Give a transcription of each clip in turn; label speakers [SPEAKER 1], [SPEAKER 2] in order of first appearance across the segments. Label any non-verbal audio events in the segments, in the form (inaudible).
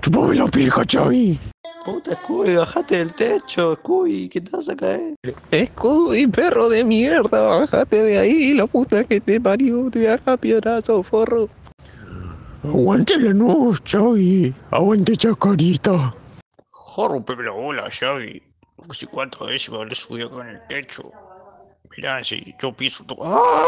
[SPEAKER 1] Chupómelo, pico, Chovy.
[SPEAKER 2] Puta, Scooby, bajate del techo, Scooby, ¿qué te vas a caer?
[SPEAKER 1] Scooby, perro de mierda, bájate de ahí, la puta que te parió, te haga piedrazo, forro. Aguante la nube, Chovy. Aguante, chacarita.
[SPEAKER 2] Jorrupe la bola, Xavi. No sé cuántas veces me habré subido acá en el techo. Mirá, si yo piso tu... ¡Ah!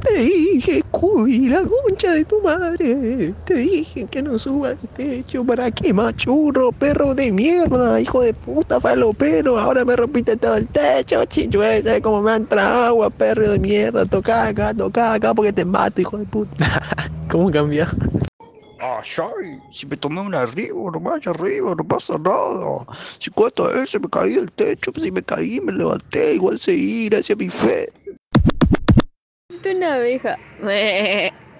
[SPEAKER 1] Te dije, Scooby, la concha de tu madre. Te dije que no suba al techo. ¿Para qué, machurro? Perro de mierda, hijo de puta, falopero. Ahora me rompiste todo el techo, chichue. ¿Sabes cómo me entra agua, perro de mierda? Toca acá, toca acá porque te mato, hijo de puta. (laughs) ¿Cómo cambió?
[SPEAKER 2] Ah, Xavi, si me tomé un arribo, nomás arriba, no pasa nada. Si cuántas veces me caí del techo, pues, si me caí, me levanté, igual seguí, gracias a mi fe.
[SPEAKER 3] Hiciste una abeja.
[SPEAKER 4] (laughs)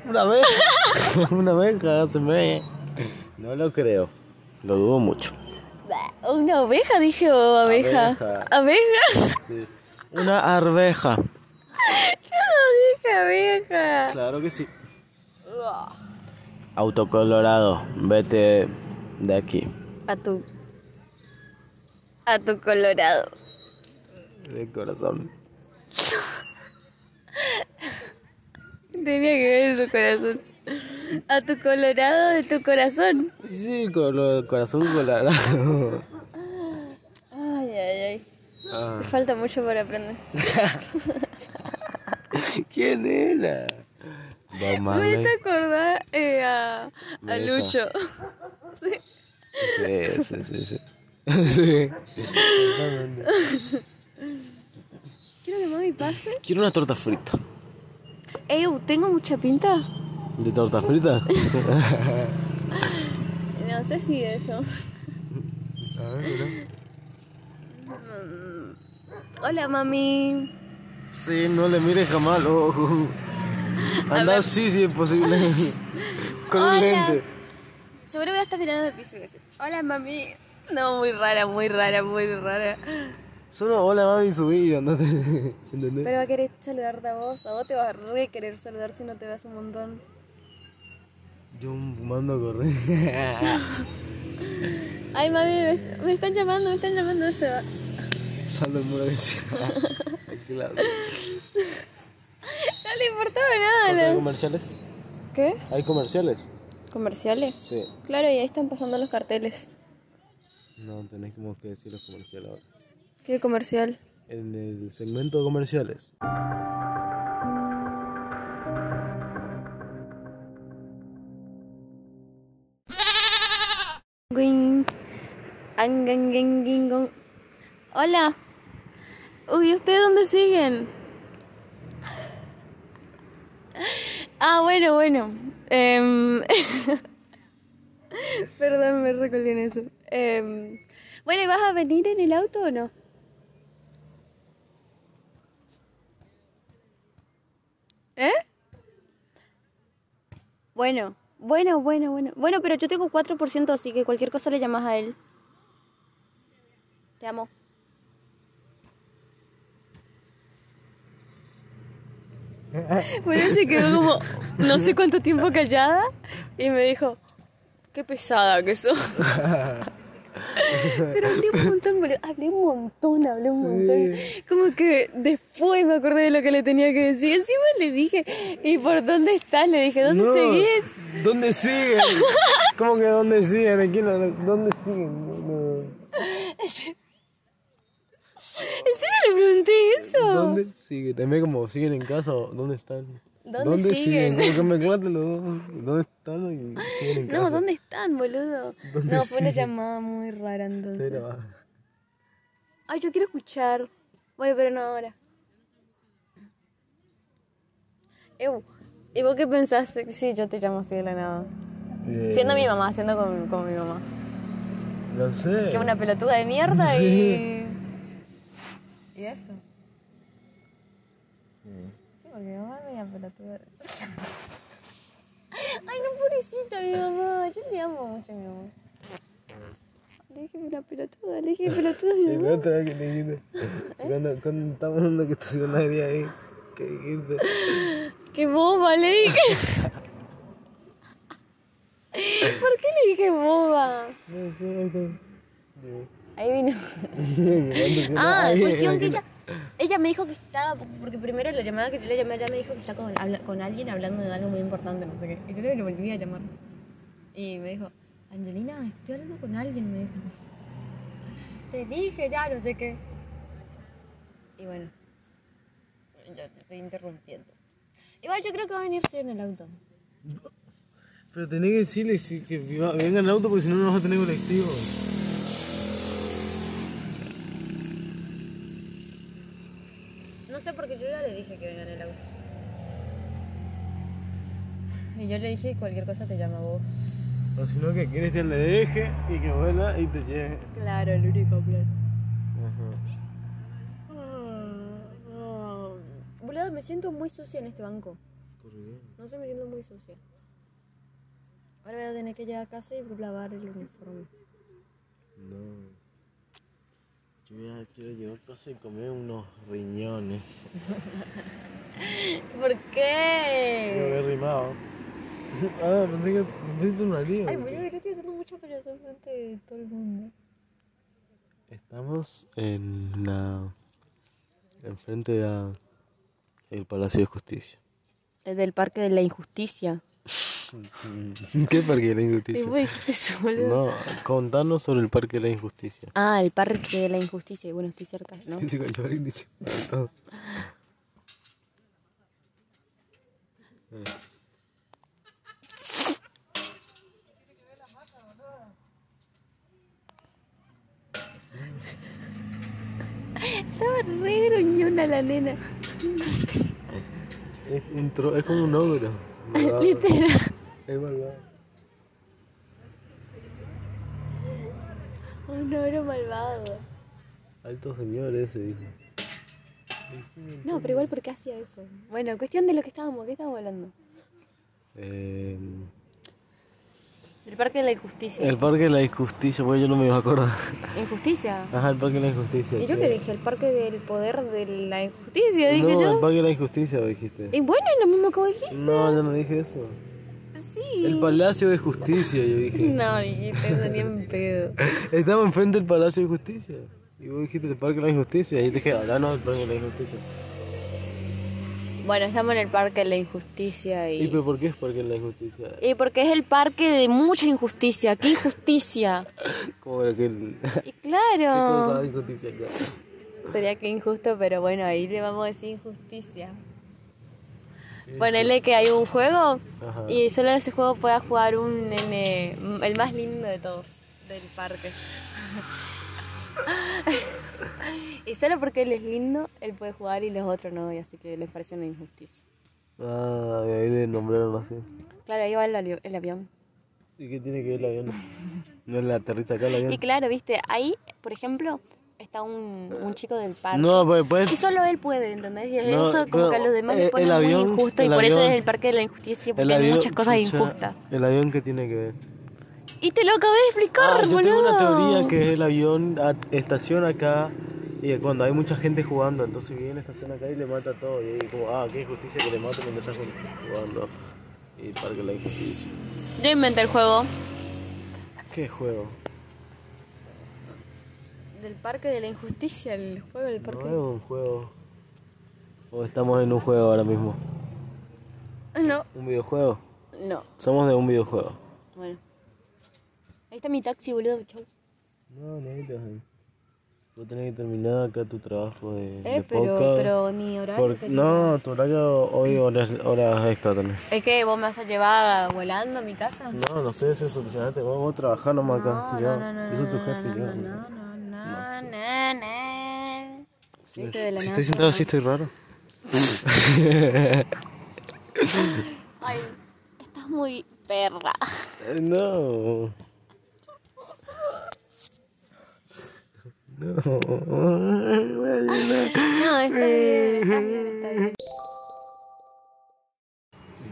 [SPEAKER 4] Una abeja. (laughs) una abeja se me. No lo creo. Lo dudo mucho.
[SPEAKER 3] (laughs) Una oveja, dije, o abeja.
[SPEAKER 4] Abeja.
[SPEAKER 3] Abeja. (laughs)
[SPEAKER 4] Una arveja.
[SPEAKER 3] Yo no dije abeja.
[SPEAKER 4] Claro que sí. Autocolorado, vete de aquí.
[SPEAKER 3] A tu. A tu colorado.
[SPEAKER 4] De corazón.
[SPEAKER 3] Tenía que ver en tu corazón. A tu colorado de tu corazón.
[SPEAKER 4] Sí, colo- corazón (laughs) colorado.
[SPEAKER 3] Ay, ay, ay.
[SPEAKER 4] Ah.
[SPEAKER 3] Te falta mucho para aprender.
[SPEAKER 4] ¿Quién era? Bob
[SPEAKER 3] Me
[SPEAKER 4] Marley.
[SPEAKER 3] hizo acordar eh, a, a
[SPEAKER 4] Esa.
[SPEAKER 3] Lucho. Sí.
[SPEAKER 4] Sí, sí, sí, sí. (laughs) Sí.
[SPEAKER 3] Quiero que mami pase.
[SPEAKER 4] Quiero una torta frita.
[SPEAKER 3] Ey, ¿tengo mucha pinta?
[SPEAKER 4] ¿De torta frita?
[SPEAKER 3] No sé si eso. Mm. Hola, mami.
[SPEAKER 4] Sí, no le mires jamás los ojos. Anda así si es posible. Con
[SPEAKER 3] Hola.
[SPEAKER 4] un lente.
[SPEAKER 3] Seguro voy a estar mirando al piso y voy a decir, hola, mami. No, muy rara, muy rara, muy rara.
[SPEAKER 4] Solo hola mami subí y andate. (laughs) ¿Entendés?
[SPEAKER 3] Pero va a querer saludarte a vos. A vos te vas a re querer saludar si no te vas un montón.
[SPEAKER 4] Yo fumando (laughs) correr.
[SPEAKER 3] Ay, mami, me, me están llamando, me están llamando. Se va.
[SPEAKER 4] Salto el muro que cierra. Claro.
[SPEAKER 3] No le importaba nada.
[SPEAKER 4] ¿Hay
[SPEAKER 3] la-
[SPEAKER 4] comerciales?
[SPEAKER 3] ¿Qué?
[SPEAKER 4] ¿Hay comerciales?
[SPEAKER 3] ¿Comerciales?
[SPEAKER 4] Sí.
[SPEAKER 3] Claro, y ahí están pasando los carteles.
[SPEAKER 4] No, tenés como que decir los comerciales ahora.
[SPEAKER 3] ¿Qué comercial?
[SPEAKER 4] En el segmento de comerciales.
[SPEAKER 3] Guin. An, gan, gan, guin, gon. Hola. Uy, ¿y ustedes dónde siguen? (laughs) Ah, bueno, bueno. Em, (laughs) Perdón, me recolgué en eso. Em, bueno, ¿y vas a venir en el auto o no? ¿Eh? Bueno, bueno, bueno, bueno. Bueno, pero yo tengo 4%, así que cualquier cosa le llamas a él. Te amo. (laughs) Bueno, se quedó como no sé cuánto tiempo callada y me dijo, qué pesada que sos. (laughs) Pero hablé un montón, boludo. Hablé un montón, hablé un montón. Como que después me acordé de lo que le tenía que decir. Encima le dije, ¿y por dónde estás? Le dije, ¿dónde seguís?
[SPEAKER 4] Oh, ¿Dónde siguen? (laughs) ¿Cómo que dónde siguen? Aquí no, ¿Dónde siguen?
[SPEAKER 3] ¿En serio le pregunté eso?
[SPEAKER 4] ¿Dónde siguen? También como siguen en casa o dónde están.
[SPEAKER 3] ¿Dónde siguen?
[SPEAKER 4] Como que mezclaste los dos. ¿Dónde están y siguen en
[SPEAKER 3] No,
[SPEAKER 4] casa?
[SPEAKER 3] ¿dónde están, boludo?
[SPEAKER 4] ¿Dónde
[SPEAKER 3] no, fue una
[SPEAKER 4] siguen?
[SPEAKER 3] llamada muy rara entonces.
[SPEAKER 4] Pero, ah,
[SPEAKER 3] Ay, yo quiero escuchar. Bueno, pero no ahora. Ew, ¿y vos qué pensaste? Sí, yo te llamo así de la nada.
[SPEAKER 4] eh,
[SPEAKER 3] Siendo mi mamá, siendo con, con mi mamá.
[SPEAKER 4] No sé.
[SPEAKER 3] Que una pelotuda de mierda
[SPEAKER 4] Sí.
[SPEAKER 3] y. Y eso. Sí, porque mi mamá es media pelotuda. (laughs) Ay, no, pobrecita mi mamá. Yo le amo mucho a mi mamá. Le dije una pelotuda, le dije pelotuda a mi
[SPEAKER 4] Y
[SPEAKER 3] mamá.
[SPEAKER 4] la otra vez que te dijiste. Cuando, cuando estábamos hablando que estacionaría ahí. ¿Qué dijiste?
[SPEAKER 3] ¡Qué boba! Le dije. ¿Por qué le le dije boba.
[SPEAKER 4] No sé, ahí está.
[SPEAKER 3] Ahí vino.
[SPEAKER 4] Llegándose la-
[SPEAKER 3] Ah,
[SPEAKER 4] ahí,
[SPEAKER 3] cuestión que
[SPEAKER 4] imagínate.
[SPEAKER 3] ella, ella me dijo que estaba, porque primero la llamada que yo le llamé, ella me dijo que está con, habla- con alguien hablando de algo muy importante, no sé qué. Y yo le volví a llamar. Y me dijo, Angelina, estoy hablando con alguien, me dijo. Te dije ya, no sé qué. Y bueno, yo te estoy interrumpiendo. Igual yo creo que va a venirse en el auto.
[SPEAKER 4] Pero tenés que decirle si- que viva- venga en auto porque si no no vas a tener colectivo.
[SPEAKER 3] No sé porque yo ya le dije que venga en el auto. Y yo le dije cualquier cosa te llama vos.
[SPEAKER 4] O si no que Cristian le deje y que vuelva y te lleve.
[SPEAKER 3] Claro, el único plan.
[SPEAKER 4] Ajá.
[SPEAKER 3] Ah, Boludo, me siento muy sucia en este banco. No sé, me siento muy sucia. Ahora voy a tener que llegar a casa y lavar el uniforme.
[SPEAKER 4] No. Yo ya quiero llevar cosas y comer unos riñones.
[SPEAKER 3] ¿Por
[SPEAKER 4] Quiero
[SPEAKER 3] qué?
[SPEAKER 4] ver rimado. (laughs) Ah, pensé que me pusiste un alivio.
[SPEAKER 3] Ay, boludo, yo estoy haciendo mucha pelota frente de todo el mundo.
[SPEAKER 4] Estamos en la. enfrente a. el Palacio de Justicia. (laughs)
[SPEAKER 3] Es del Parque de la Injusticia.
[SPEAKER 4] ¿Qué Parque de la
[SPEAKER 3] ¿Y (laughs)
[SPEAKER 4] Injusticia?
[SPEAKER 3] vos dijiste eso, boludo?
[SPEAKER 4] No, contanos sobre el Parque de la Injusticia.
[SPEAKER 3] Ah, el Parque de la Injusticia. Y Bueno, estoy cerca, ¿no?
[SPEAKER 4] (laughs) Dice con Joel y dice, "No".
[SPEAKER 3] Estaba re gruñona la nena. (laughs)
[SPEAKER 4] Es, un tro- es como un ogro.
[SPEAKER 3] (laughs)
[SPEAKER 4] malvado.
[SPEAKER 3] Literal.
[SPEAKER 4] Es malvado.
[SPEAKER 3] Un oro malvado.
[SPEAKER 4] Alto señor ese, dijo.
[SPEAKER 3] No, pero igual, ¿por qué hacía eso? Bueno, cuestión de lo que estábamos, ¿qué estábamos hablando?
[SPEAKER 4] Eh,
[SPEAKER 3] Del Parque de la Injusticia.
[SPEAKER 4] el Parque de la Injusticia, pues yo no me iba a acordar.
[SPEAKER 3] ¿Injusticia?
[SPEAKER 4] (laughs) Ajá, el Parque de la Injusticia.
[SPEAKER 3] ¿Y yo qué dije? El Parque del Poder de la Injusticia,
[SPEAKER 4] No,
[SPEAKER 3] dije
[SPEAKER 4] el
[SPEAKER 3] yo.
[SPEAKER 4] Parque de la Injusticia dijiste.
[SPEAKER 3] Y bueno, es lo mismo que vos dijiste.
[SPEAKER 4] No, yo no dije eso.
[SPEAKER 3] Sí.
[SPEAKER 4] El Palacio de Justicia, yo dije. (laughs)
[SPEAKER 3] No, dijiste eso ni en pedo.
[SPEAKER 4] Estamos enfrente del Palacio de Justicia. Y vos dijiste el Parque de la Injusticia. Y te dije, ahora no, el Parque de la Injusticia.
[SPEAKER 3] Bueno, estamos en el Parque de la Injusticia
[SPEAKER 4] ¿Y
[SPEAKER 3] y...
[SPEAKER 4] pero por qué es Parque de la Injusticia?
[SPEAKER 3] Y porque es el parque de mucha injusticia. ¡Qué
[SPEAKER 4] (laughs)
[SPEAKER 3] injusticia!
[SPEAKER 4] Como lo que... el- (laughs)
[SPEAKER 3] Y claro...
[SPEAKER 4] Cosa de injusticia, claro.
[SPEAKER 3] Sería que injusto, pero bueno, ahí le vamos a decir injusticia. Ponele que hay un juego
[SPEAKER 4] Ajá.
[SPEAKER 3] y solo en ese juego pueda jugar un nene, mm, el más lindo de todos, del parque. (laughs) y solo porque él es lindo, él puede jugar y los otros no, y así que les parece una injusticia.
[SPEAKER 4] Ah, y ahí le nombraron así.
[SPEAKER 3] Claro, ahí va el, alio- el avión.
[SPEAKER 4] ¿Y qué tiene que ver el avión? (laughs) No le aterriza acá el avión.
[SPEAKER 3] Y claro, viste, ahí, por ejemplo, está un, un chico del parque.
[SPEAKER 4] No, pues
[SPEAKER 3] Y
[SPEAKER 4] pues
[SPEAKER 3] solo él puede, ¿entendés? Y
[SPEAKER 4] No,
[SPEAKER 3] eso como
[SPEAKER 4] pero,
[SPEAKER 3] que a los demás
[SPEAKER 4] eh,
[SPEAKER 3] les pone
[SPEAKER 4] el
[SPEAKER 3] muy
[SPEAKER 4] avión,
[SPEAKER 3] injusto y
[SPEAKER 4] el
[SPEAKER 3] por eso es
[SPEAKER 4] avión.
[SPEAKER 3] el parque de la injusticia,
[SPEAKER 4] el
[SPEAKER 3] porque hay
[SPEAKER 4] avión.
[SPEAKER 3] muchas cosas
[SPEAKER 4] escucha,
[SPEAKER 3] injustas.
[SPEAKER 4] ¿El avión qué tiene que ver?
[SPEAKER 3] Y te lo acabé de explicar,
[SPEAKER 4] Ah, yo tengo una
[SPEAKER 3] boludo.
[SPEAKER 4] teoría que es el avión a- estaciona acá y cuando hay mucha gente jugando, entonces viene, estaciona acá y le mata a todo. Y ahí como, ah, qué injusticia que le maten cuando están jugando. Y Parque de la Injusticia.
[SPEAKER 3] Yo inventé el juego.
[SPEAKER 4] ¿Qué juego?
[SPEAKER 3] Del parque de la injusticia, el juego del
[SPEAKER 4] ¿No
[SPEAKER 3] parque.
[SPEAKER 4] es un juego? ¿O estamos en un juego ahora mismo?
[SPEAKER 3] Ah, No,
[SPEAKER 4] ¿Un videojuego?
[SPEAKER 3] no.
[SPEAKER 4] Somos de un videojuego.
[SPEAKER 3] Bueno. Ahí está mi taxi, boludo. Chau.
[SPEAKER 4] No, negrito. Vos tenés que terminar acá tu trabajo de,
[SPEAKER 3] Eh,
[SPEAKER 4] de
[SPEAKER 3] pero,
[SPEAKER 4] podcast.
[SPEAKER 3] pero mi horario.
[SPEAKER 4] Por- no, tu horario
[SPEAKER 3] (clears throat)
[SPEAKER 4] hoy horas, horas extra también.
[SPEAKER 3] Es que vos me vas a llevar volando a mi casa.
[SPEAKER 4] No, no sé, eso solucionaste. Vos, vos trabajás nomás acá. yo, yo soy tu jefe. yo.
[SPEAKER 3] No, no, no, no, no. Viste, de la
[SPEAKER 4] Si
[SPEAKER 3] nada
[SPEAKER 4] estoy sentado así, estoy raro.
[SPEAKER 3] Ay, estás muy perra. (laughs)
[SPEAKER 4] Eh, No. (laughs) No. (laughs) Ay, voy a llorar.
[SPEAKER 3] No, está bien, está bien, está bien.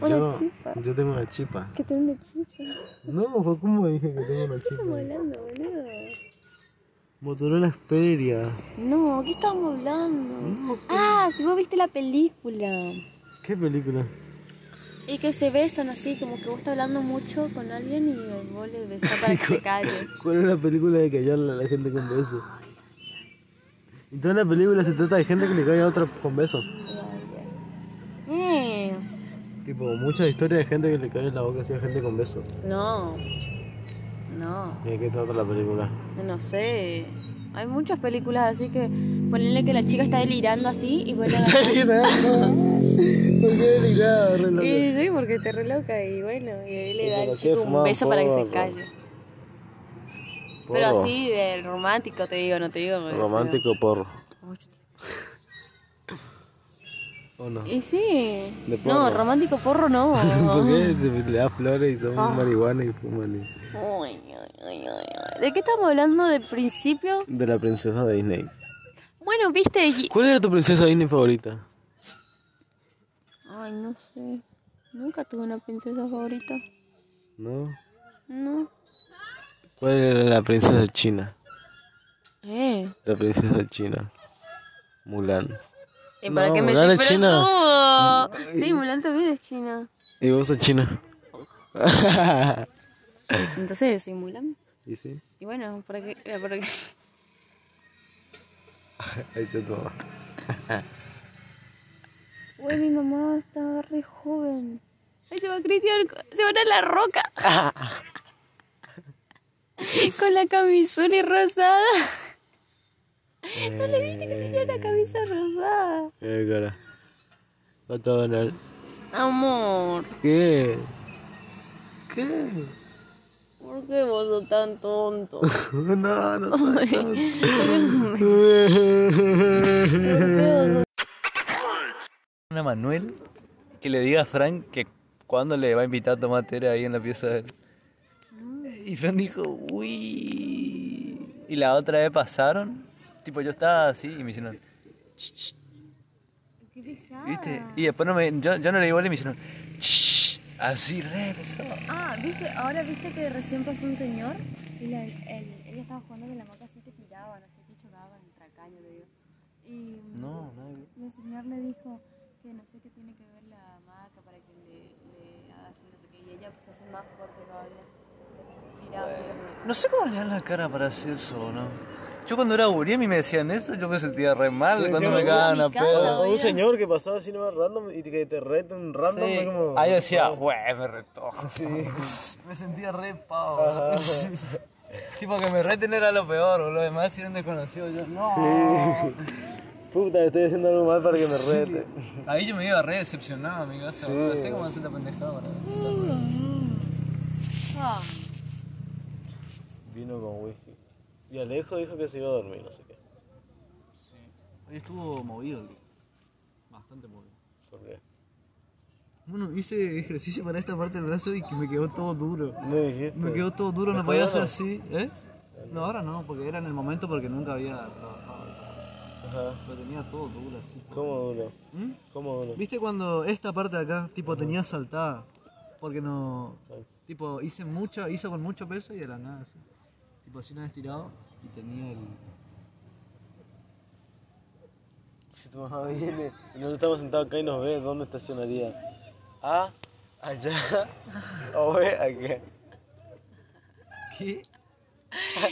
[SPEAKER 3] Una
[SPEAKER 4] yo,
[SPEAKER 3] chipa.
[SPEAKER 4] yo tengo una chipa.
[SPEAKER 3] Que tengo una chica.
[SPEAKER 4] No, fue como dije que tengo una chipa.
[SPEAKER 3] ¿Qué estamos hablando, boludo?
[SPEAKER 4] Motorola Xperia.
[SPEAKER 3] No, ¿qué estamos hablando?
[SPEAKER 4] No sé.
[SPEAKER 3] Ah, si vos viste la película.
[SPEAKER 4] ¿Qué película?
[SPEAKER 3] Y que se besan así, como que vos estás hablando mucho con alguien y vos le besás para
[SPEAKER 4] (laughs)
[SPEAKER 3] que se calle.
[SPEAKER 4] ¿Cuál es la película de callarle a la gente con besos? Y toda la película se trata de gente que le cae a otra con besos.
[SPEAKER 3] Eh,
[SPEAKER 4] Tipo, muchas historias de gente que le cae en la boca así a gente con besos.
[SPEAKER 3] no. No.
[SPEAKER 4] ¿Y de qué trata la película?
[SPEAKER 3] No sé. Hay muchas películas así que ponerle que la chica está delirando así y vuelve a
[SPEAKER 4] (laughs)
[SPEAKER 3] (laughs) Y sí, porque te reloca y bueno, y ahí le
[SPEAKER 4] Y
[SPEAKER 3] da
[SPEAKER 4] con
[SPEAKER 3] el
[SPEAKER 4] la
[SPEAKER 3] chico
[SPEAKER 4] chef,
[SPEAKER 3] un
[SPEAKER 4] man,
[SPEAKER 3] beso para que se
[SPEAKER 4] porro.
[SPEAKER 3] calle. Pero así de romántico te digo, no te digo. pero-
[SPEAKER 4] Romántico porro.
[SPEAKER 3] Ay, yo te-
[SPEAKER 4] ¿O no?
[SPEAKER 3] Y sí.
[SPEAKER 4] De
[SPEAKER 3] No,
[SPEAKER 4] porro.
[SPEAKER 3] romántico porro
[SPEAKER 4] (laughs)
[SPEAKER 3] no.
[SPEAKER 4] ¿Por qué se le da flores y son marihuana y fuman? y-
[SPEAKER 3] Ay, ay, ay, ay, ay. ¿De qué estamos hablando del principio?
[SPEAKER 4] De la princesa de Disney.
[SPEAKER 3] Bueno, viste. y-
[SPEAKER 4] ¿Cuál era tu princesa Disney favorita?
[SPEAKER 3] Ay, no sé. Nunca tuve una princesa favorita.
[SPEAKER 4] ¿No?
[SPEAKER 3] No.
[SPEAKER 4] ¿Cuál era la princesa china?
[SPEAKER 3] Eh.
[SPEAKER 4] La princesa china. Mulan.
[SPEAKER 3] ¿Y Eh, para
[SPEAKER 4] No,
[SPEAKER 3] qué me
[SPEAKER 4] Mulan
[SPEAKER 3] decís
[SPEAKER 4] es
[SPEAKER 3] pero
[SPEAKER 4] china.
[SPEAKER 3] tú? Sí, Mulan también es china.
[SPEAKER 4] ¿Y vos sos china?
[SPEAKER 3] Entonces, soy Mulan.
[SPEAKER 4] ¿Y sí?
[SPEAKER 3] Y bueno, ¿para qué? eh, ¿Para qué?
[SPEAKER 4] Ahí se toma.
[SPEAKER 3] Güey, mi mamá estaba re joven. Ahí se va Cristian, se van a la (laughs) roca. Con la camisola y rosada. No le viste que tenía la camisa rosada.
[SPEAKER 4] Mira mi cara. Va a ganar.
[SPEAKER 3] Amor,
[SPEAKER 4] ¿Qué? ¿Qué?
[SPEAKER 3] ¿por qué vos sos tan tonto?
[SPEAKER 4] No, no (laughs) soy tonto.
[SPEAKER 5] a Manuel que le diga a Frank que cuando le va a invitar a tomar té ahí en la pieza de él. Y Frank dijo, uy. Y la otra vez pasaron, tipo yo estaba así y me hicieron,
[SPEAKER 3] ¿Qué pesado?
[SPEAKER 5] ¿viste? Y después no me, yo, yo no le di bola y me hicieron, "Shh", así re pesado.
[SPEAKER 3] Ah, ¿viste? Ahora viste que recién pasó un señor y la- el- ella estaba jugando con la hamaca así te tiraban, así te chocaban contra el caño, te digo. Y,
[SPEAKER 5] No, no.
[SPEAKER 3] y el señor le dijo que no sé qué tiene que ver la hamaca para que le, le haga así, no sé qué. Y ella puso así más fuerte todavía. Tiraba así.
[SPEAKER 5] No sé cómo le dan la cara para hacer eso, ¿no? Yo cuando era gurí a mí me decían eso, yo me sentía re mal cuando
[SPEAKER 4] yo
[SPEAKER 5] me
[SPEAKER 4] me
[SPEAKER 5] cagaban
[SPEAKER 3] iba a
[SPEAKER 5] a
[SPEAKER 3] mi casa,
[SPEAKER 5] pedo.
[SPEAKER 4] O un señor que pasaba así nomás random y que te reten random.
[SPEAKER 5] Sí,
[SPEAKER 4] es como,
[SPEAKER 5] Ahí decía, güey, me retó.
[SPEAKER 4] (laughs) Sí.
[SPEAKER 5] (laughs) Me sentía re (laughs) pavo. tipo que me reten era lo peor, boludo. Además, si eran desconocidos, yo no.
[SPEAKER 4] Sí. (laughs) Puta, estoy haciendo algo mal para que me rete.
[SPEAKER 5] Ahí yo me iba re decepcionado, amigo. No sé cómo hacer la pendejada. boludo.
[SPEAKER 4] Vino con whisky. Y Alejo dijo que se iba a dormir, no sé qué.
[SPEAKER 5] Hoy estuvo movido el día. Bastante movido.
[SPEAKER 4] ¿Por qué?
[SPEAKER 5] Bueno, hice ejercicio para esta parte del brazo y que me quedó todo duro.
[SPEAKER 4] No dijiste.
[SPEAKER 5] Me quedó todo duro, no podía hacer así. ¿Eh? No, ahora no, porque era en el momento porque nunca había trabajado.
[SPEAKER 4] Ajá.
[SPEAKER 5] Lo tenía todo duro así.
[SPEAKER 4] ¿Cómo duro?
[SPEAKER 5] ¿Mm?
[SPEAKER 4] ¿Cómo duro?
[SPEAKER 5] ¿Viste cuando esta parte de acá, tipo, tenía saltada? Porque no.
[SPEAKER 4] Claro.
[SPEAKER 5] Tipo, hice mucho, hizo con mucho peso y de la nada así. Tipo, así una vez tirado y tenía el.
[SPEAKER 4] Si tu mamá viene y nosotros estamos sentados acá y nos ve, ¿dónde estacionaría? A, allá, o B, acá.
[SPEAKER 5] (laughs) ¿Qué?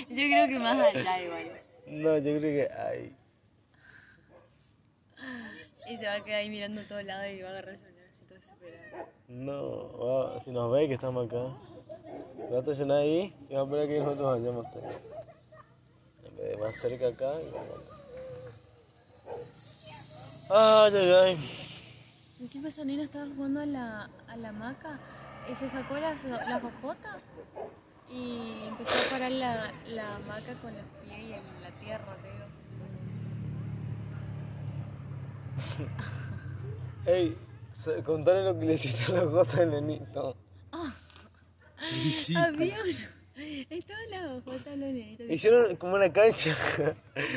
[SPEAKER 3] Yo creo que más
[SPEAKER 5] Eh.
[SPEAKER 3] allá igual.
[SPEAKER 4] No, yo creo que ay.
[SPEAKER 3] Y se va a quedar ahí mirando a todos lados y va a agarrar el celular así todo desesperado.
[SPEAKER 4] No, va- si nos ve que estamos acá, va a estacionar ahí y va a esperar que nosotros vayamos hasta allá. En vez de más cerca acá y vamos acá. Ay, ay, ay.
[SPEAKER 3] Encima esa nena estaba jugando a la, a la hamaca, eh, se sacó la, la fofota y empezó a parar la, la hamaca con los pies y en la tierra, te digo.
[SPEAKER 4] Ey, se- contale lo que le hiciste a la gota del nenito.
[SPEAKER 3] Había (laughs) uno. Estaba la hojota los nenitos.
[SPEAKER 4] Hicieron como una cancha,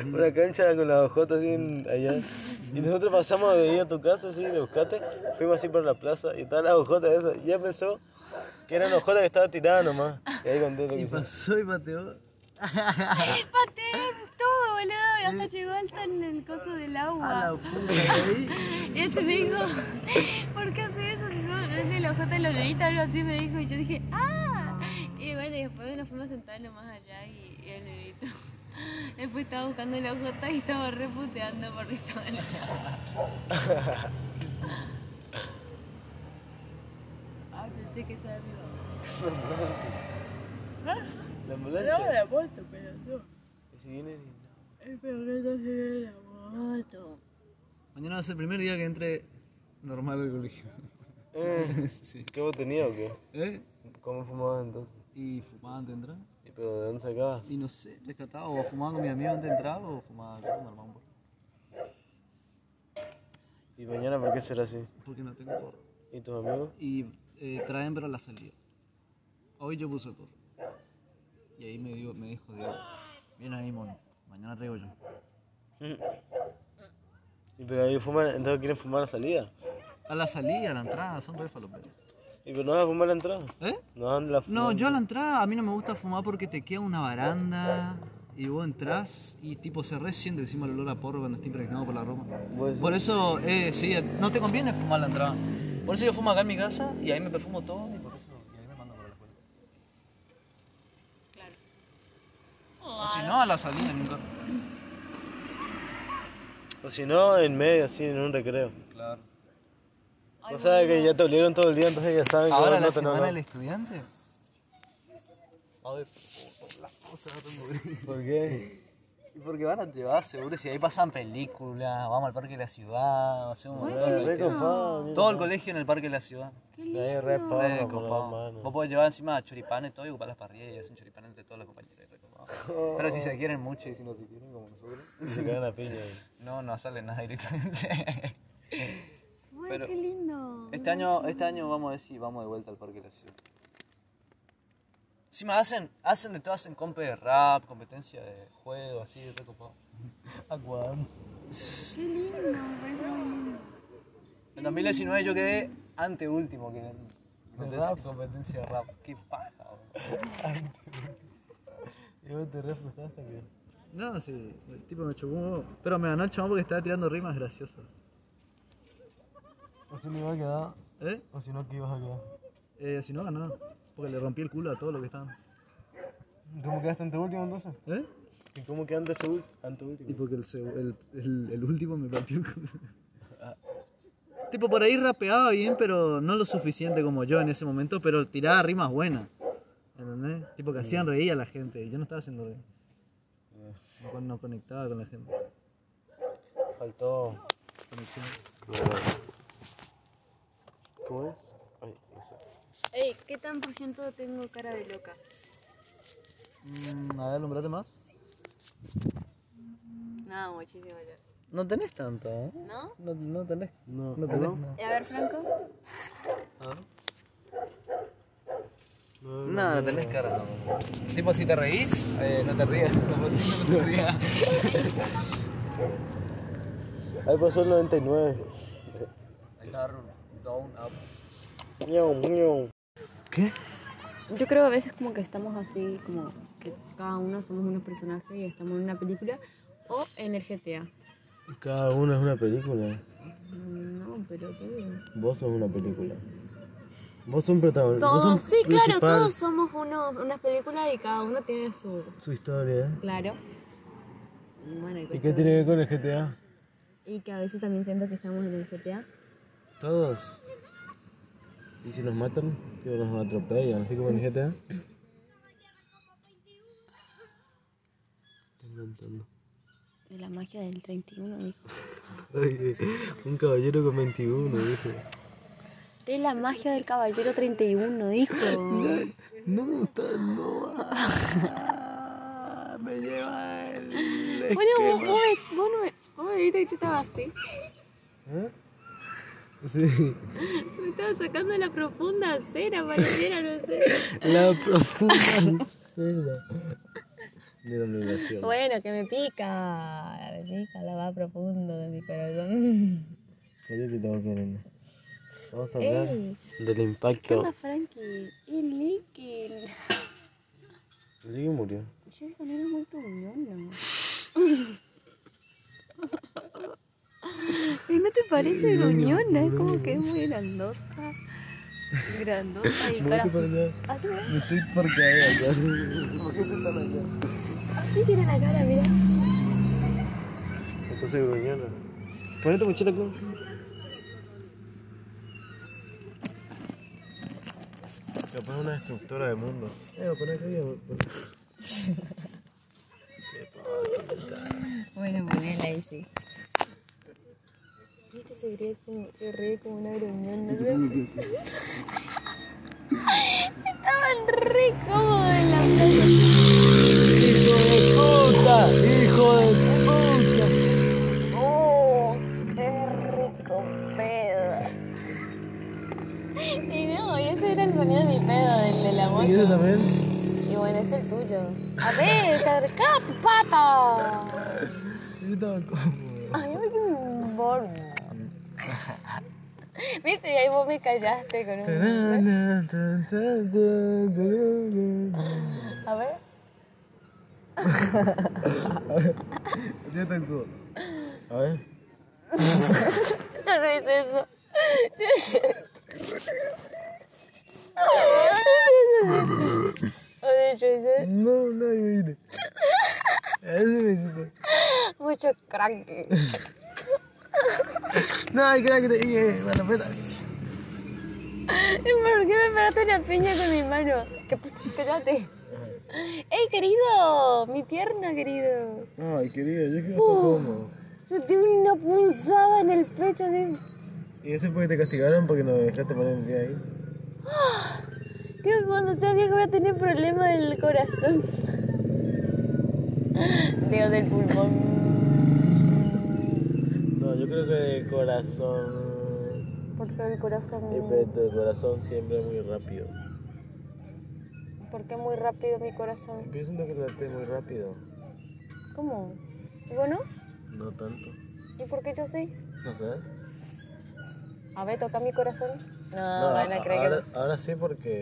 [SPEAKER 4] una cancha con las hojotas así en- allá. Y nosotros pasamos de ahí a tu casa, así, de buscate. Fuimos así por la plaza y estaban las hojotas esas. Y ya pensó que eran hojotas que estaban tiradas nomás. Y ahí conté lo que hicimos.
[SPEAKER 5] Soy Mateo.
[SPEAKER 3] Pateé todo, boludo. y Hasta llegó hasta en el coso del agua.
[SPEAKER 5] puta, ahí.
[SPEAKER 3] (laughs) Y este me dijo, ¿por qué hace eso si son, atrás de la hoja de la orejita, algo así me dijo. Y yo dije, ¡ah! Y bueno, y después nos fuimos a sentar lo más allá y, y el negrito. (laughs) Después estaba buscando la hojota y estaba reputeando porque estaba
[SPEAKER 4] (laughs)
[SPEAKER 3] en la Ah, pensé que esa era mi voz.
[SPEAKER 4] (laughs) La ambulancia.
[SPEAKER 3] la moto, pero no.
[SPEAKER 4] Y si viene, no.
[SPEAKER 3] El perro no se la moto.
[SPEAKER 5] Mañana va a ser el primer día que entre normal al colegio.
[SPEAKER 4] Eh,
[SPEAKER 5] (laughs) Sí.
[SPEAKER 4] ¿Qué vos tenías o qué?
[SPEAKER 5] ¿Eh?
[SPEAKER 4] ¿Cómo fumabas entonces?
[SPEAKER 5] ¿Y fumaba antes de entrar?
[SPEAKER 4] ¿Y pero de dónde sacabas?
[SPEAKER 5] Y no sé, rescataba o fumaba con mi amigo antes de entrar o fumaba con normal pues. un poco.
[SPEAKER 4] ¿Y mañana por qué será así?
[SPEAKER 5] Porque no tengo porro.
[SPEAKER 4] ¿Y tus amigos?
[SPEAKER 5] Y eh, traen pero a la salida. Hoy yo puse porro. Y ahí me, dio, me dijo Diego, viene ahí mono, mañana traigo yo.
[SPEAKER 4] ¿Y pero ahí fuman, entonces quieren fumar a la salida?
[SPEAKER 5] A la salida, a la entrada, son re faloperos.
[SPEAKER 4] ¿Y pero no vas a fumar a la entrada?
[SPEAKER 5] ¿Eh?
[SPEAKER 4] No dan la
[SPEAKER 5] No, yo a la entrada, a mí no me gusta fumar porque te queda una baranda y vos entras y tipo se resiente encima el olor a porro cuando está impregnado por la ropa.
[SPEAKER 4] Pues-
[SPEAKER 5] Por eso, eh, sí, no te conviene fumar a la entrada. Por eso yo fumo acá en mi casa y ahí me perfumo todo y por eso, y ahí me mando para la escuela.
[SPEAKER 3] Claro.
[SPEAKER 5] O si no, a la salida nunca.
[SPEAKER 4] O si no, en medio, así, en un recreo.
[SPEAKER 5] Claro.
[SPEAKER 4] O sea, que ya te olieron todo el día, entonces ya saben que
[SPEAKER 5] Ahora
[SPEAKER 4] vos
[SPEAKER 5] la
[SPEAKER 4] no te no,
[SPEAKER 5] semana
[SPEAKER 4] no.
[SPEAKER 5] del estudiante. A ver, las cosas no tengo
[SPEAKER 4] ¿Por qué?
[SPEAKER 5] Y Porque van a llevar seguro, si ahí pasan películas, vamos al parque de la ciudad, hacemos
[SPEAKER 4] Ah, re copado, mira.
[SPEAKER 5] todo el colegio en el parque de la ciudad.
[SPEAKER 4] Ahí re porro, por
[SPEAKER 5] Re
[SPEAKER 4] la
[SPEAKER 5] copado.
[SPEAKER 4] mano.
[SPEAKER 5] Vos podés llevar encima choripanes y todo y ocupar las parrillas y hacen choripanes entre todos los compañeros. re copado.
[SPEAKER 4] (laughs)
[SPEAKER 5] Pero si se quieren mucho y si no se quieren como nosotros,
[SPEAKER 4] Y se cagan la piña ahí.
[SPEAKER 5] no, no sale
[SPEAKER 4] (laughs)
[SPEAKER 5] nada directamente.
[SPEAKER 3] Uy,
[SPEAKER 5] Pero-
[SPEAKER 3] qué lindo.
[SPEAKER 5] Este año, este año vamos a ver si vamos de vuelta al parque de la ciudad. Encima hacen, hacen de todo, hacen compes de rap, competencia de juego, así, re copado.
[SPEAKER 4] Aguance.
[SPEAKER 3] Qué lindo, me parece muy lindo.
[SPEAKER 5] En 2019 yo quedé anteúltimo que en competencia
[SPEAKER 4] rap?
[SPEAKER 5] competencia de rap. Qué paja, bro.
[SPEAKER 4] Y vos te re frustraste, que.
[SPEAKER 5] No, sí, el tipo me chocó Pero me ganó el chabón porque estaba tirando rimas graciosas.
[SPEAKER 4] O si no iba a quedar,
[SPEAKER 5] ¿Eh?
[SPEAKER 4] o si no, que ibas a quedar.
[SPEAKER 5] eh si no, ganó. Porque le rompí el culo a todos los que estaban.
[SPEAKER 4] ¿Cómo quedaste ante último entonces?
[SPEAKER 5] ¿Eh?
[SPEAKER 4] ¿Y cómo quedaste ante ult- ante
[SPEAKER 5] Y
[SPEAKER 4] último?
[SPEAKER 5] porque el, seg- el, el, el último me partió el culo. (laughs) Tipo, por ahí rapeaba bien, pero no lo suficiente como yo en ese momento, pero tiraba rimas buenas. ¿Entendés? Tipo que hacían reír a la gente y yo no estaba haciendo reír. No, no conectaba con la gente.
[SPEAKER 4] Faltó.
[SPEAKER 5] Conexión.
[SPEAKER 4] ¿Cómo es? Ay, no sé.
[SPEAKER 3] Ey, ¿qué tan por ciento tengo cara de loca?
[SPEAKER 5] Mm, a ver, nombrate más.
[SPEAKER 3] No, muchísimo yo.
[SPEAKER 5] No tenés tanto, ¿eh?
[SPEAKER 3] ¿No?
[SPEAKER 5] No, no tenés.
[SPEAKER 4] No,
[SPEAKER 5] No tenés nada.
[SPEAKER 3] A ver, Franco.
[SPEAKER 4] No,
[SPEAKER 5] No, no tenés cara tampoco. Tipo, si te reís, eh, no te rías. (laughs) Lo posible, no te rías.
[SPEAKER 4] Ahí pasó el 99.
[SPEAKER 5] Ahí está, Down, up.
[SPEAKER 4] Miau, miau.
[SPEAKER 5] ¿Qué?
[SPEAKER 3] Yo creo a veces como que estamos así, como que cada uno somos unos personajes y estamos en una película o en el GTA.
[SPEAKER 4] Cada uno es una película.
[SPEAKER 3] No, pero qué bien.
[SPEAKER 4] Vos sos una película. Vos sos un protagonista. Vos
[SPEAKER 3] Todos,
[SPEAKER 4] sos
[SPEAKER 3] sí, claro,
[SPEAKER 4] principal.
[SPEAKER 3] todos somos uno, unas películas y cada uno tiene su.
[SPEAKER 4] Su historia, ¿eh?
[SPEAKER 3] Claro. Y bueno, y
[SPEAKER 4] ¿Y
[SPEAKER 3] cuestión-
[SPEAKER 4] qué tiene que ver con el GTA?
[SPEAKER 3] Y que a veces también siento que estamos en el GTA.
[SPEAKER 4] Todos. ¿Y si nos matan? Tipo, nos atropellan, así como en el GTA. Están cantando.
[SPEAKER 3] De la magia del 31, dijo.
[SPEAKER 4] Ay, un caballero con 21, dice.
[SPEAKER 3] De la magia del caballero 31,
[SPEAKER 4] (laughs)
[SPEAKER 3] dijo.
[SPEAKER 4] No, está, no. Ah, me lleva
[SPEAKER 3] (laughs)
[SPEAKER 4] el.
[SPEAKER 3] Bueno, vos, vos, me- vos, no me, vos me viste que yo estaba así.
[SPEAKER 4] ¿Eh? Sí.
[SPEAKER 3] (laughs) Me estaba sacando la profunda cera, pareciera, no sé.
[SPEAKER 4] (laughs) La profunda miseria. De dominación.
[SPEAKER 3] Bueno, que me pica. La pica, la va profundo de mi corazón.
[SPEAKER 4] Cállate la boca, nena. Vamos a hablar
[SPEAKER 3] Ey,
[SPEAKER 4] del
[SPEAKER 3] ¿qué
[SPEAKER 4] impacto.
[SPEAKER 3] onda, Frankie? Y Linkin.
[SPEAKER 4] Sí, murió.
[SPEAKER 3] Yo esa nena es muy tuñona. ¿Y no te parece gruñona? Es como que es muy grandota. Grandota y ¿Ah, cara. Así, mira.
[SPEAKER 6] Me estoy por caer acá.
[SPEAKER 3] Así tiene la cara, mira.
[SPEAKER 6] Entonces, mañana. Ponete mochila acá. Capaz una destructora del mundo. Eh, poné acá ya, poné.
[SPEAKER 3] Bueno, muy bien, ahí sí. Viste, se ríe como, se ríe como una gruñón, ¿no? (laughs) Estaban re cómodos en la playa.
[SPEAKER 6] ¡Hijo de puta! ¡Hijo de puta!
[SPEAKER 3] ¡Oh! ¡Qué rico pedo! Y no, y ese era el sonido de mi pedo, el de la
[SPEAKER 6] ¿Y eso
[SPEAKER 3] moto.
[SPEAKER 6] también?
[SPEAKER 3] Y bueno, ese es el tuyo. A ver, se acerca tu pata.
[SPEAKER 6] Yo estaba cómodo.
[SPEAKER 3] Ay,
[SPEAKER 6] (laughs)
[SPEAKER 3] me quedé un bordo. Viste, y ahí vos me callaste con un...
[SPEAKER 6] Tarana, tan, tan, tan, tarana.
[SPEAKER 3] A ver.
[SPEAKER 6] (laughs) Ya te actúo. A ver.
[SPEAKER 3] Yo no hice eso. Yo hice
[SPEAKER 6] (laughs) (laughs)
[SPEAKER 3] eso. A ver, yo hice
[SPEAKER 6] No, nadie me viene. Eso me hiciste.
[SPEAKER 3] mucho cranky.
[SPEAKER 6] (laughs) No, hay que que te dije, bueno, pues, espera.
[SPEAKER 3] (laughs) ¿Y por qué me pegaste una piña con mi mano? Que p- cállate. ¡Ey, querido! Mi pierna, querido.
[SPEAKER 6] Ay, querida, yo que
[SPEAKER 3] Uh.
[SPEAKER 6] cómodo.
[SPEAKER 3] Sentí una punzada en el pecho de...
[SPEAKER 6] ¿Y eso es porque te castigaron porque no me dejaste poner el pie ahí?
[SPEAKER 3] Creo que cuando sea viejo voy a tener problemas del corazón. (laughs) Dios del pulmón.
[SPEAKER 6] No, yo creo que el corazón.
[SPEAKER 3] Porque el
[SPEAKER 6] Y
[SPEAKER 3] corazón.
[SPEAKER 6] pero el corazón siempre es muy rápido.
[SPEAKER 3] Porque muy rápido mi corazón.
[SPEAKER 6] Yo siento que late muy rápido.
[SPEAKER 3] ¿Cómo? ¿Digo no?
[SPEAKER 6] No tanto.
[SPEAKER 3] ¿Y por qué yo sí?
[SPEAKER 6] No sé.
[SPEAKER 3] A ver, toca mi corazón. No,
[SPEAKER 6] No,
[SPEAKER 3] van a creer que.
[SPEAKER 6] ahora, ahora sí porque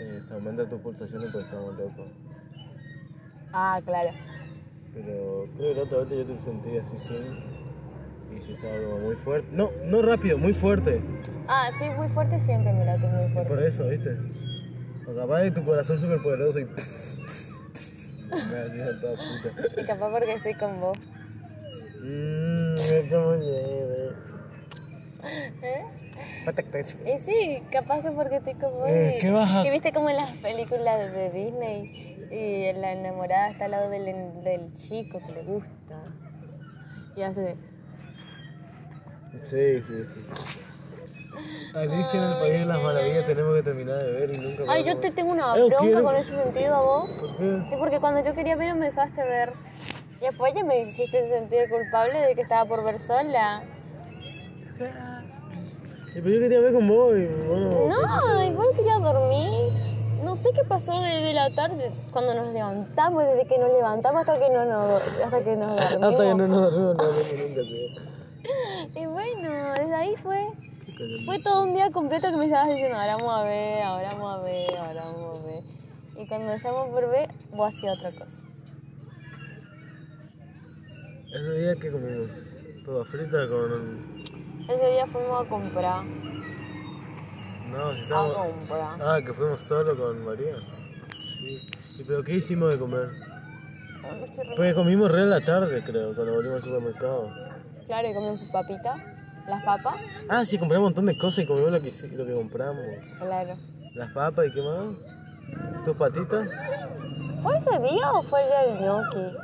[SPEAKER 6] eh, se aumenta tus pulsaciones porque pues estamos locos.
[SPEAKER 3] Ah, claro.
[SPEAKER 6] Pero creo que la otra vez yo te sentí así sin y si estaba como muy fuerte. No, no rápido, muy fuerte.
[SPEAKER 3] Ah, sí, muy fuerte siempre me late muy
[SPEAKER 6] Es
[SPEAKER 3] fuerte.
[SPEAKER 6] por eso, ¿viste? O capaz de tu corazón súper poderoso y... Me ha tirado toda puta.
[SPEAKER 3] Y capaz porque estoy con vos. Mm,
[SPEAKER 6] Mmm, esto muy leve.
[SPEAKER 3] ¿Eh?
[SPEAKER 6] Patac, tac.
[SPEAKER 3] Y sí, capaz que porque estoy con vos.
[SPEAKER 6] Eh,
[SPEAKER 3] y-
[SPEAKER 6] ¿qué vas a-
[SPEAKER 3] Y viste como en las películas de Disney y la enamorada está al lado del, en- del chico que le gusta. Y hace.
[SPEAKER 6] Sí, sí, sí. Alicia en el País de las Maravillas tenemos que terminar de ver y nunca...
[SPEAKER 3] Ay, yo
[SPEAKER 6] podemos-
[SPEAKER 3] te tengo una
[SPEAKER 6] Eh,
[SPEAKER 3] bronca
[SPEAKER 6] quiero-
[SPEAKER 3] con ese sentido a vos.
[SPEAKER 6] ¿Por qué?
[SPEAKER 3] Sí, porque cuando yo quería ver no me dejaste ver. Y después ya me hiciste sentir culpable de que estaba por ver sola.
[SPEAKER 6] Sí, pero yo quería ver con vos y bueno.
[SPEAKER 3] No, igual que ya dormí. No sé qué pasó desde la tarde cuando nos levantamos, desde que nos levantamos hasta que no nos, hasta que nos dormimos.
[SPEAKER 6] (laughs) Hasta que no nos dormimos, no dormimos nunca,
[SPEAKER 3] (laughs)
[SPEAKER 6] tío.
[SPEAKER 3] Y bueno, desde ahí fue. Fue todo un día completo que me estabas diciendo, ahora vamos a ver, ahora vamos a ver, ahora vamos a ver. Y cuando estábamos por ver, vos hacías otra cosa.
[SPEAKER 6] Ese día que comimos papa frita con.
[SPEAKER 3] Ese día fuimos a comprar.
[SPEAKER 6] No, si
[SPEAKER 3] A
[SPEAKER 6] estábamos.
[SPEAKER 3] comprar.
[SPEAKER 6] Ah, que fuimos solo con María. Sí. ¿Y pero qué hicimos de comer?
[SPEAKER 3] Ay, me Ah, estoy re-
[SPEAKER 6] Porque comimos re a la tarde, creo, cuando volvimos al supermercado.
[SPEAKER 3] Claro, y comimos papita, las papas,
[SPEAKER 6] Ah, sí, compramos un montón de cosas y comimos lo que, hici- lo que compramos.
[SPEAKER 3] claro.
[SPEAKER 6] Las papas y qué más. ¿Tus patitas?
[SPEAKER 3] ¿Fue ese día o fue el día del gnocchi?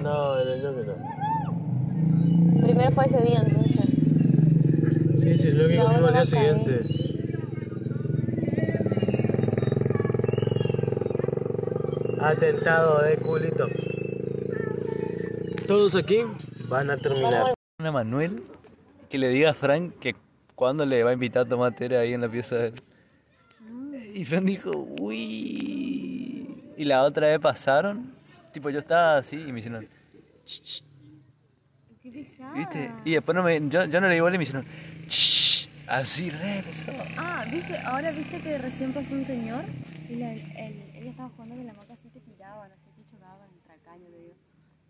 [SPEAKER 6] No, el ñoque no.
[SPEAKER 3] Primero fue ese día entonces.
[SPEAKER 6] Sí, sí, lo que
[SPEAKER 3] No,
[SPEAKER 6] comimos al
[SPEAKER 3] no
[SPEAKER 6] día
[SPEAKER 3] sabía.
[SPEAKER 6] siguiente. Atentado de culito. Todos aquí van a terminar.
[SPEAKER 5] a Manuel que le diga a Frank que cuándo le va a invitar a tomar tera ahí en la pieza de él. Y Frank dijo, uy. Y la otra vez pasaron, tipo yo estaba así y me hicieron, ¿viste? Y después no me, yo, yo no le di bola y me hicieron, "Shh", así re pesado.
[SPEAKER 7] Ah, viste, ahora viste que recién pasó un señor y la- el- ella estaba jugando con la hamaca así que tiraban, así que chocaban el tracaño, te digo.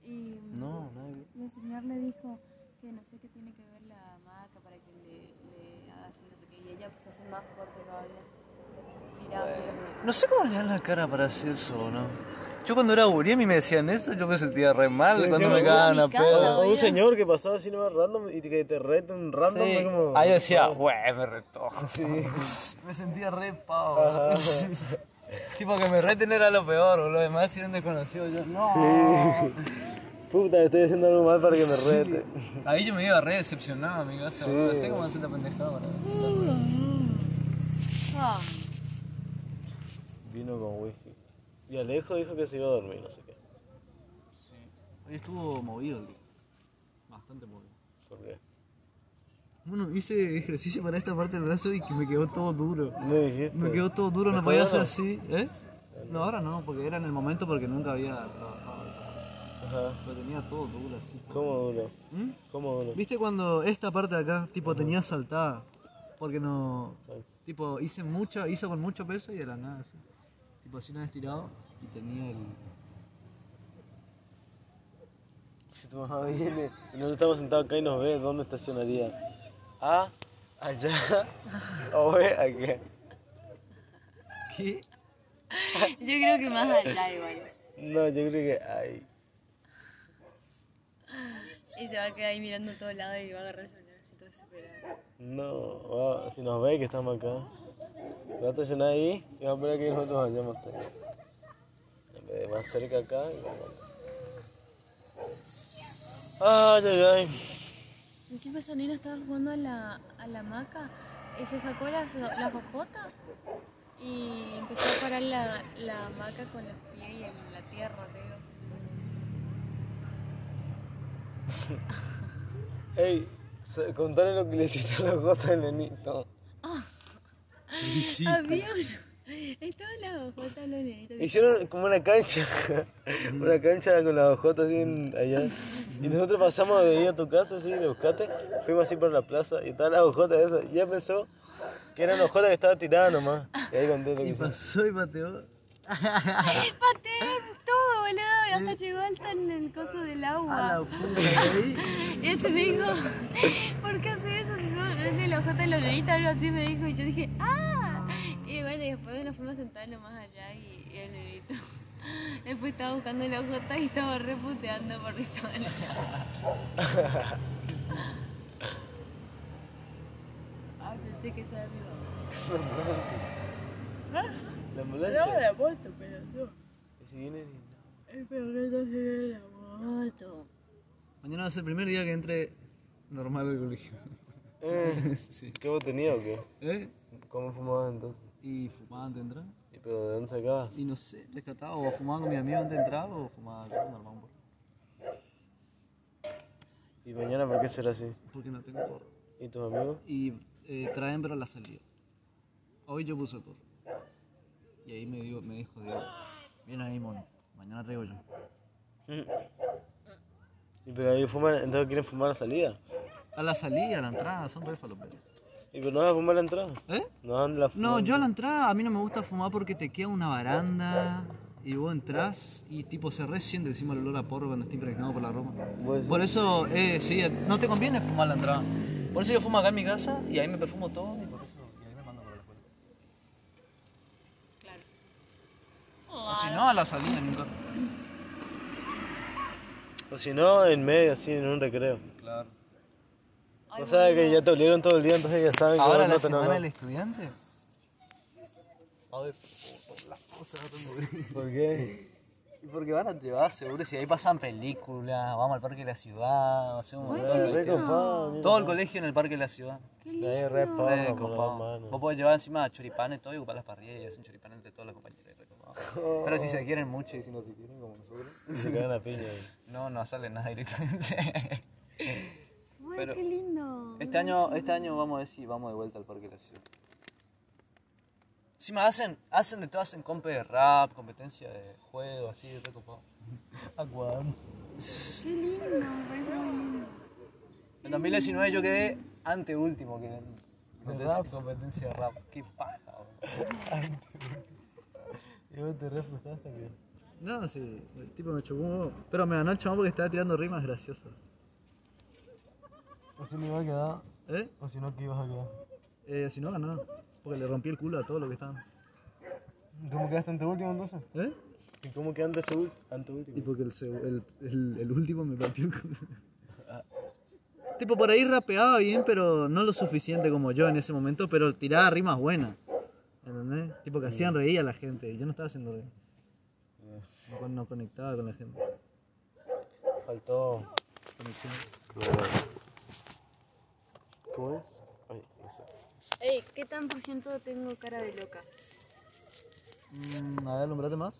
[SPEAKER 7] Y,
[SPEAKER 5] No, no.
[SPEAKER 7] y el señor le dijo que no sé qué tiene que ver la hamaca para que le, le haga
[SPEAKER 3] así, no sé qué. Y ella empezó a ser más fuerte todavía. Tiraba así como-
[SPEAKER 5] No sé cómo le dan la cara para hacer eso, ¿no? Yo cuando era gurí y me decían eso, yo me sentía re mal
[SPEAKER 6] Sí,
[SPEAKER 5] cuando
[SPEAKER 6] yo-
[SPEAKER 5] me cagaban a
[SPEAKER 8] Mi casa,
[SPEAKER 5] pedo.
[SPEAKER 6] O un
[SPEAKER 8] Oye.
[SPEAKER 6] señor que pasaba así nomás random y que te reta un random.
[SPEAKER 5] Sí.
[SPEAKER 6] fue como,
[SPEAKER 5] Ahí decía, wey, me retó.
[SPEAKER 6] (laughs) Sí.
[SPEAKER 5] Me sentía re pavo. (laughs) tipo que me reten era lo peor, boludo. Además, si era un desconocido, yo no.
[SPEAKER 6] Sí. Puta, estoy haciendo algo mal para que me rete.
[SPEAKER 5] Ahí yo me iba re decepcionado, mi casa.
[SPEAKER 6] Sí.
[SPEAKER 5] boludo. No sé cómo hacer la pendejada para
[SPEAKER 8] Ah,
[SPEAKER 6] Vino con whisky. Y Alejo dijo que se iba a dormir, no sé qué.
[SPEAKER 5] Hoy estuvo movido el día. Bastante movido.
[SPEAKER 6] ¿Por qué?
[SPEAKER 5] Bueno, hice ejercicio para esta parte del brazo y que me quedó todo duro.
[SPEAKER 6] Me dijiste.
[SPEAKER 5] Me quedó todo duro, no
[SPEAKER 6] ¿Está
[SPEAKER 5] podía hacer
[SPEAKER 6] bueno?
[SPEAKER 5] así, ¿eh? No, ahora no, porque era en el momento porque nunca había trabajado.
[SPEAKER 6] Ajá.
[SPEAKER 5] Lo tenía todo duro así.
[SPEAKER 6] ¿Cómo duro?
[SPEAKER 5] ¿Mm?
[SPEAKER 6] ¿Cómo duro?
[SPEAKER 5] ¿Viste cuando esta parte de acá, tipo, tenía saltada? Porque no.
[SPEAKER 6] Ay.
[SPEAKER 5] Tipo, hice mucho, hizo con mucho peso y de la nada así. Tipo, así una vez tirado y tenía el.
[SPEAKER 6] Si tu mamá viene y nosotros estamos sentados acá y nos ve, ¿dónde estacionaría? A, Ah, allá, (laughs) o B, acá.
[SPEAKER 5] ¿Qué?
[SPEAKER 3] Yo creo que más allá igual.
[SPEAKER 6] No, yo creo que ay.
[SPEAKER 3] Y se va a quedar ahí mirando a todos lados y va a agarrar el celular así todo superado.
[SPEAKER 6] No, va- si nos ve que estamos acá, va a estacionar ahí y va a esperar que nosotros vayamos hasta allá. En vez de Más cerca acá y vamos acá. Ay, ay, ay.
[SPEAKER 3] Encima esa nena estaba jugando a la, a la hamaca y se sacó la, la fajota y empezó a parar la, la hamaca con los pies y en la tierra, te digo.
[SPEAKER 6] Ey, se- contale lo que le hiciste a los gotas de Lenito.
[SPEAKER 3] Había uno. Estaban las hojotas los nenitos.
[SPEAKER 6] Hicieron como una cancha, (laughs) una cancha con las hojotas así en- allá. Y nosotros pasamos de ahí a tu casa, así, de buscate, fuimos así por la plaza y estaban las hojotas esas. Y ella pensó que eran hojotas que estaban tiradas nomás. Y ahí conté lo que hicieron.
[SPEAKER 5] Soy bateo.
[SPEAKER 3] Pateé todo, boludo. Y hasta llegó hasta en el coso del agua. Y este me dijo, ¿por qué hace eso? Si son, es de la hojota de los nenitos, algo así me dijo. Y yo dije, ¡ah! Y bueno, y después nos fuimos a sentar nomás allá y, y el nenito. Después estaba buscando la hojota y estaba reputeando porque estaba en la Ah, pensé que esa era mi mamá.
[SPEAKER 6] La ambulancia.
[SPEAKER 3] la moto, pero no.
[SPEAKER 6] Y si vienen y
[SPEAKER 3] Es peor que no se ve la moto.
[SPEAKER 5] Mañana va a ser el primer día que entre normal al colegio. (laughs)
[SPEAKER 6] no. Eh,
[SPEAKER 5] Sí.
[SPEAKER 6] ¿Qué vos tenías o qué?
[SPEAKER 5] ¿Eh?
[SPEAKER 6] ¿Cómo fumabas entonces?
[SPEAKER 5] ¿Y fumaban antes de entrar?
[SPEAKER 6] ¿Y pero de dónde sacabas?
[SPEAKER 5] Y no sé, rescataba o fumaba con mi amigo antes de entrar o fumaba acá normal un poco.
[SPEAKER 6] ¿Y mañana por qué será así?
[SPEAKER 5] Porque no tengo porro.
[SPEAKER 6] ¿Y tus amigos?
[SPEAKER 5] Y eh, traen pero a la salida. Hoy yo puse porro. Y ahí me, digo, me dijo Diego, bien ahí mono, mañana traigo yo.
[SPEAKER 6] ¿Y pero ahí fuman, entonces quieren fumar a la salida?
[SPEAKER 5] A la salida, a la entrada, son re faloperos.
[SPEAKER 6] ¿Y pero no vas a fumar a la entrada?
[SPEAKER 5] ¿Eh?
[SPEAKER 6] No dan la
[SPEAKER 5] No,
[SPEAKER 6] fuman-
[SPEAKER 5] yo a la entrada, a mí no me gusta fumar porque te queda una baranda y vos entrás y tipo se resiente encima el olor a porro cuando está impregnado por la ropa.
[SPEAKER 6] Pues-
[SPEAKER 5] Por eso, eh, sí, no te conviene fumar a la entrada. Por eso yo fumo acá en mi casa y ahí me perfumo todo y por eso, y ahí me mando para la escuela. O si no, a la salida nunca.
[SPEAKER 6] O si no, en medio, así, en un recreo.
[SPEAKER 5] Claro.
[SPEAKER 6] O sea, que ya te olieron todo el día, entonces ya saben que
[SPEAKER 5] Ahora
[SPEAKER 6] vos
[SPEAKER 5] la
[SPEAKER 6] no te no,
[SPEAKER 5] semana
[SPEAKER 6] no.
[SPEAKER 5] del estudiante. A ver, por las cosas no tengo brillo.
[SPEAKER 6] ¿Por qué?
[SPEAKER 5] Y Porque van a llevar seguro si ahí pasan películas, vamos al parque de la ciudad, hacemos un montón de
[SPEAKER 6] Re
[SPEAKER 5] cuestiones.
[SPEAKER 6] copado, mira.
[SPEAKER 5] Todo el colegio en el parque de la ciudad.
[SPEAKER 6] Ahí re pavo,
[SPEAKER 5] Re
[SPEAKER 6] con las
[SPEAKER 5] copado.
[SPEAKER 6] manos.
[SPEAKER 5] Vos podés llevar encima choripanes todo y ocupar las parrillas y hacen choripanes entre todos los compañeros. re copado. Pero si se quieren mucho y si no se quieren como nosotros,
[SPEAKER 6] Se cagan la piña ahí.
[SPEAKER 5] no, no sale nada directamente. (laughs)
[SPEAKER 3] Uy,
[SPEAKER 5] Pero-
[SPEAKER 3] qué lindo.
[SPEAKER 5] Este año, este año vamos a ver si vamos de vuelta al Parque de la Ciudad. Encima hacen, hacen de todo, hacen compes de rap, competencia de juego, así, de recopado.
[SPEAKER 3] Qué lindo, me parece muy lindo.
[SPEAKER 5] En 2019 yo quedé anteúltimo que en competencia de competencia de rap. Qué paja, boludo.
[SPEAKER 6] ¿Y vos te re frustraste que?
[SPEAKER 5] No, sí, el tipo me chocó un huevo. Pero me ganó el chabón porque estaba tirando rimas graciosas.
[SPEAKER 6] O si no iba a quedar,
[SPEAKER 5] ¿Eh?
[SPEAKER 6] o si no, que ibas a quedar.
[SPEAKER 5] Eh, si no, ganaba. Porque le rompí el culo a todo lo que estaban.
[SPEAKER 6] ¿Cómo quedaste ante último entonces?
[SPEAKER 5] ¿Eh?
[SPEAKER 6] ¿Y cómo quedaste ante ul- ante
[SPEAKER 5] Y
[SPEAKER 6] último?
[SPEAKER 5] porque el, seg- el, el- el último me partió. con- (laughs) tipo, por ahí rapeaba bien, pero no lo suficiente como yo en ese momento, pero tiraba rimas buenas. ¿Entendés? Tipo que hacían reír a la gente y yo no estaba haciendo reír. No, no conectaba con la gente.
[SPEAKER 6] Faltó.
[SPEAKER 5] Conexión.
[SPEAKER 6] ¿Cómo es? Ay, no sé.
[SPEAKER 3] Ey, ¿qué tan por ciento tengo cara de loca?
[SPEAKER 5] Mm, a ver, alumbrate más.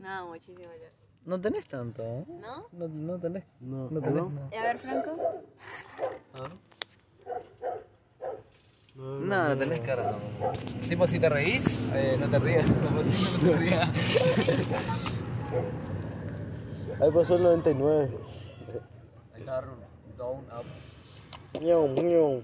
[SPEAKER 3] No, muchísimo yo.
[SPEAKER 5] No tenés tanto, ¿eh?
[SPEAKER 3] ¿No?
[SPEAKER 5] No, no tenés.
[SPEAKER 6] No,
[SPEAKER 5] No tenés.
[SPEAKER 6] ¿no?
[SPEAKER 5] nada.
[SPEAKER 3] Y a ver, Franco.
[SPEAKER 6] No,
[SPEAKER 9] No, no tenés cara. no. Tipo, si te reís, eh, no te rías. (laughs) No, sí, no te rías.
[SPEAKER 6] Ahí pasó el 99.
[SPEAKER 9] Ahí está, Down, up.
[SPEAKER 6] Ñau, ñau.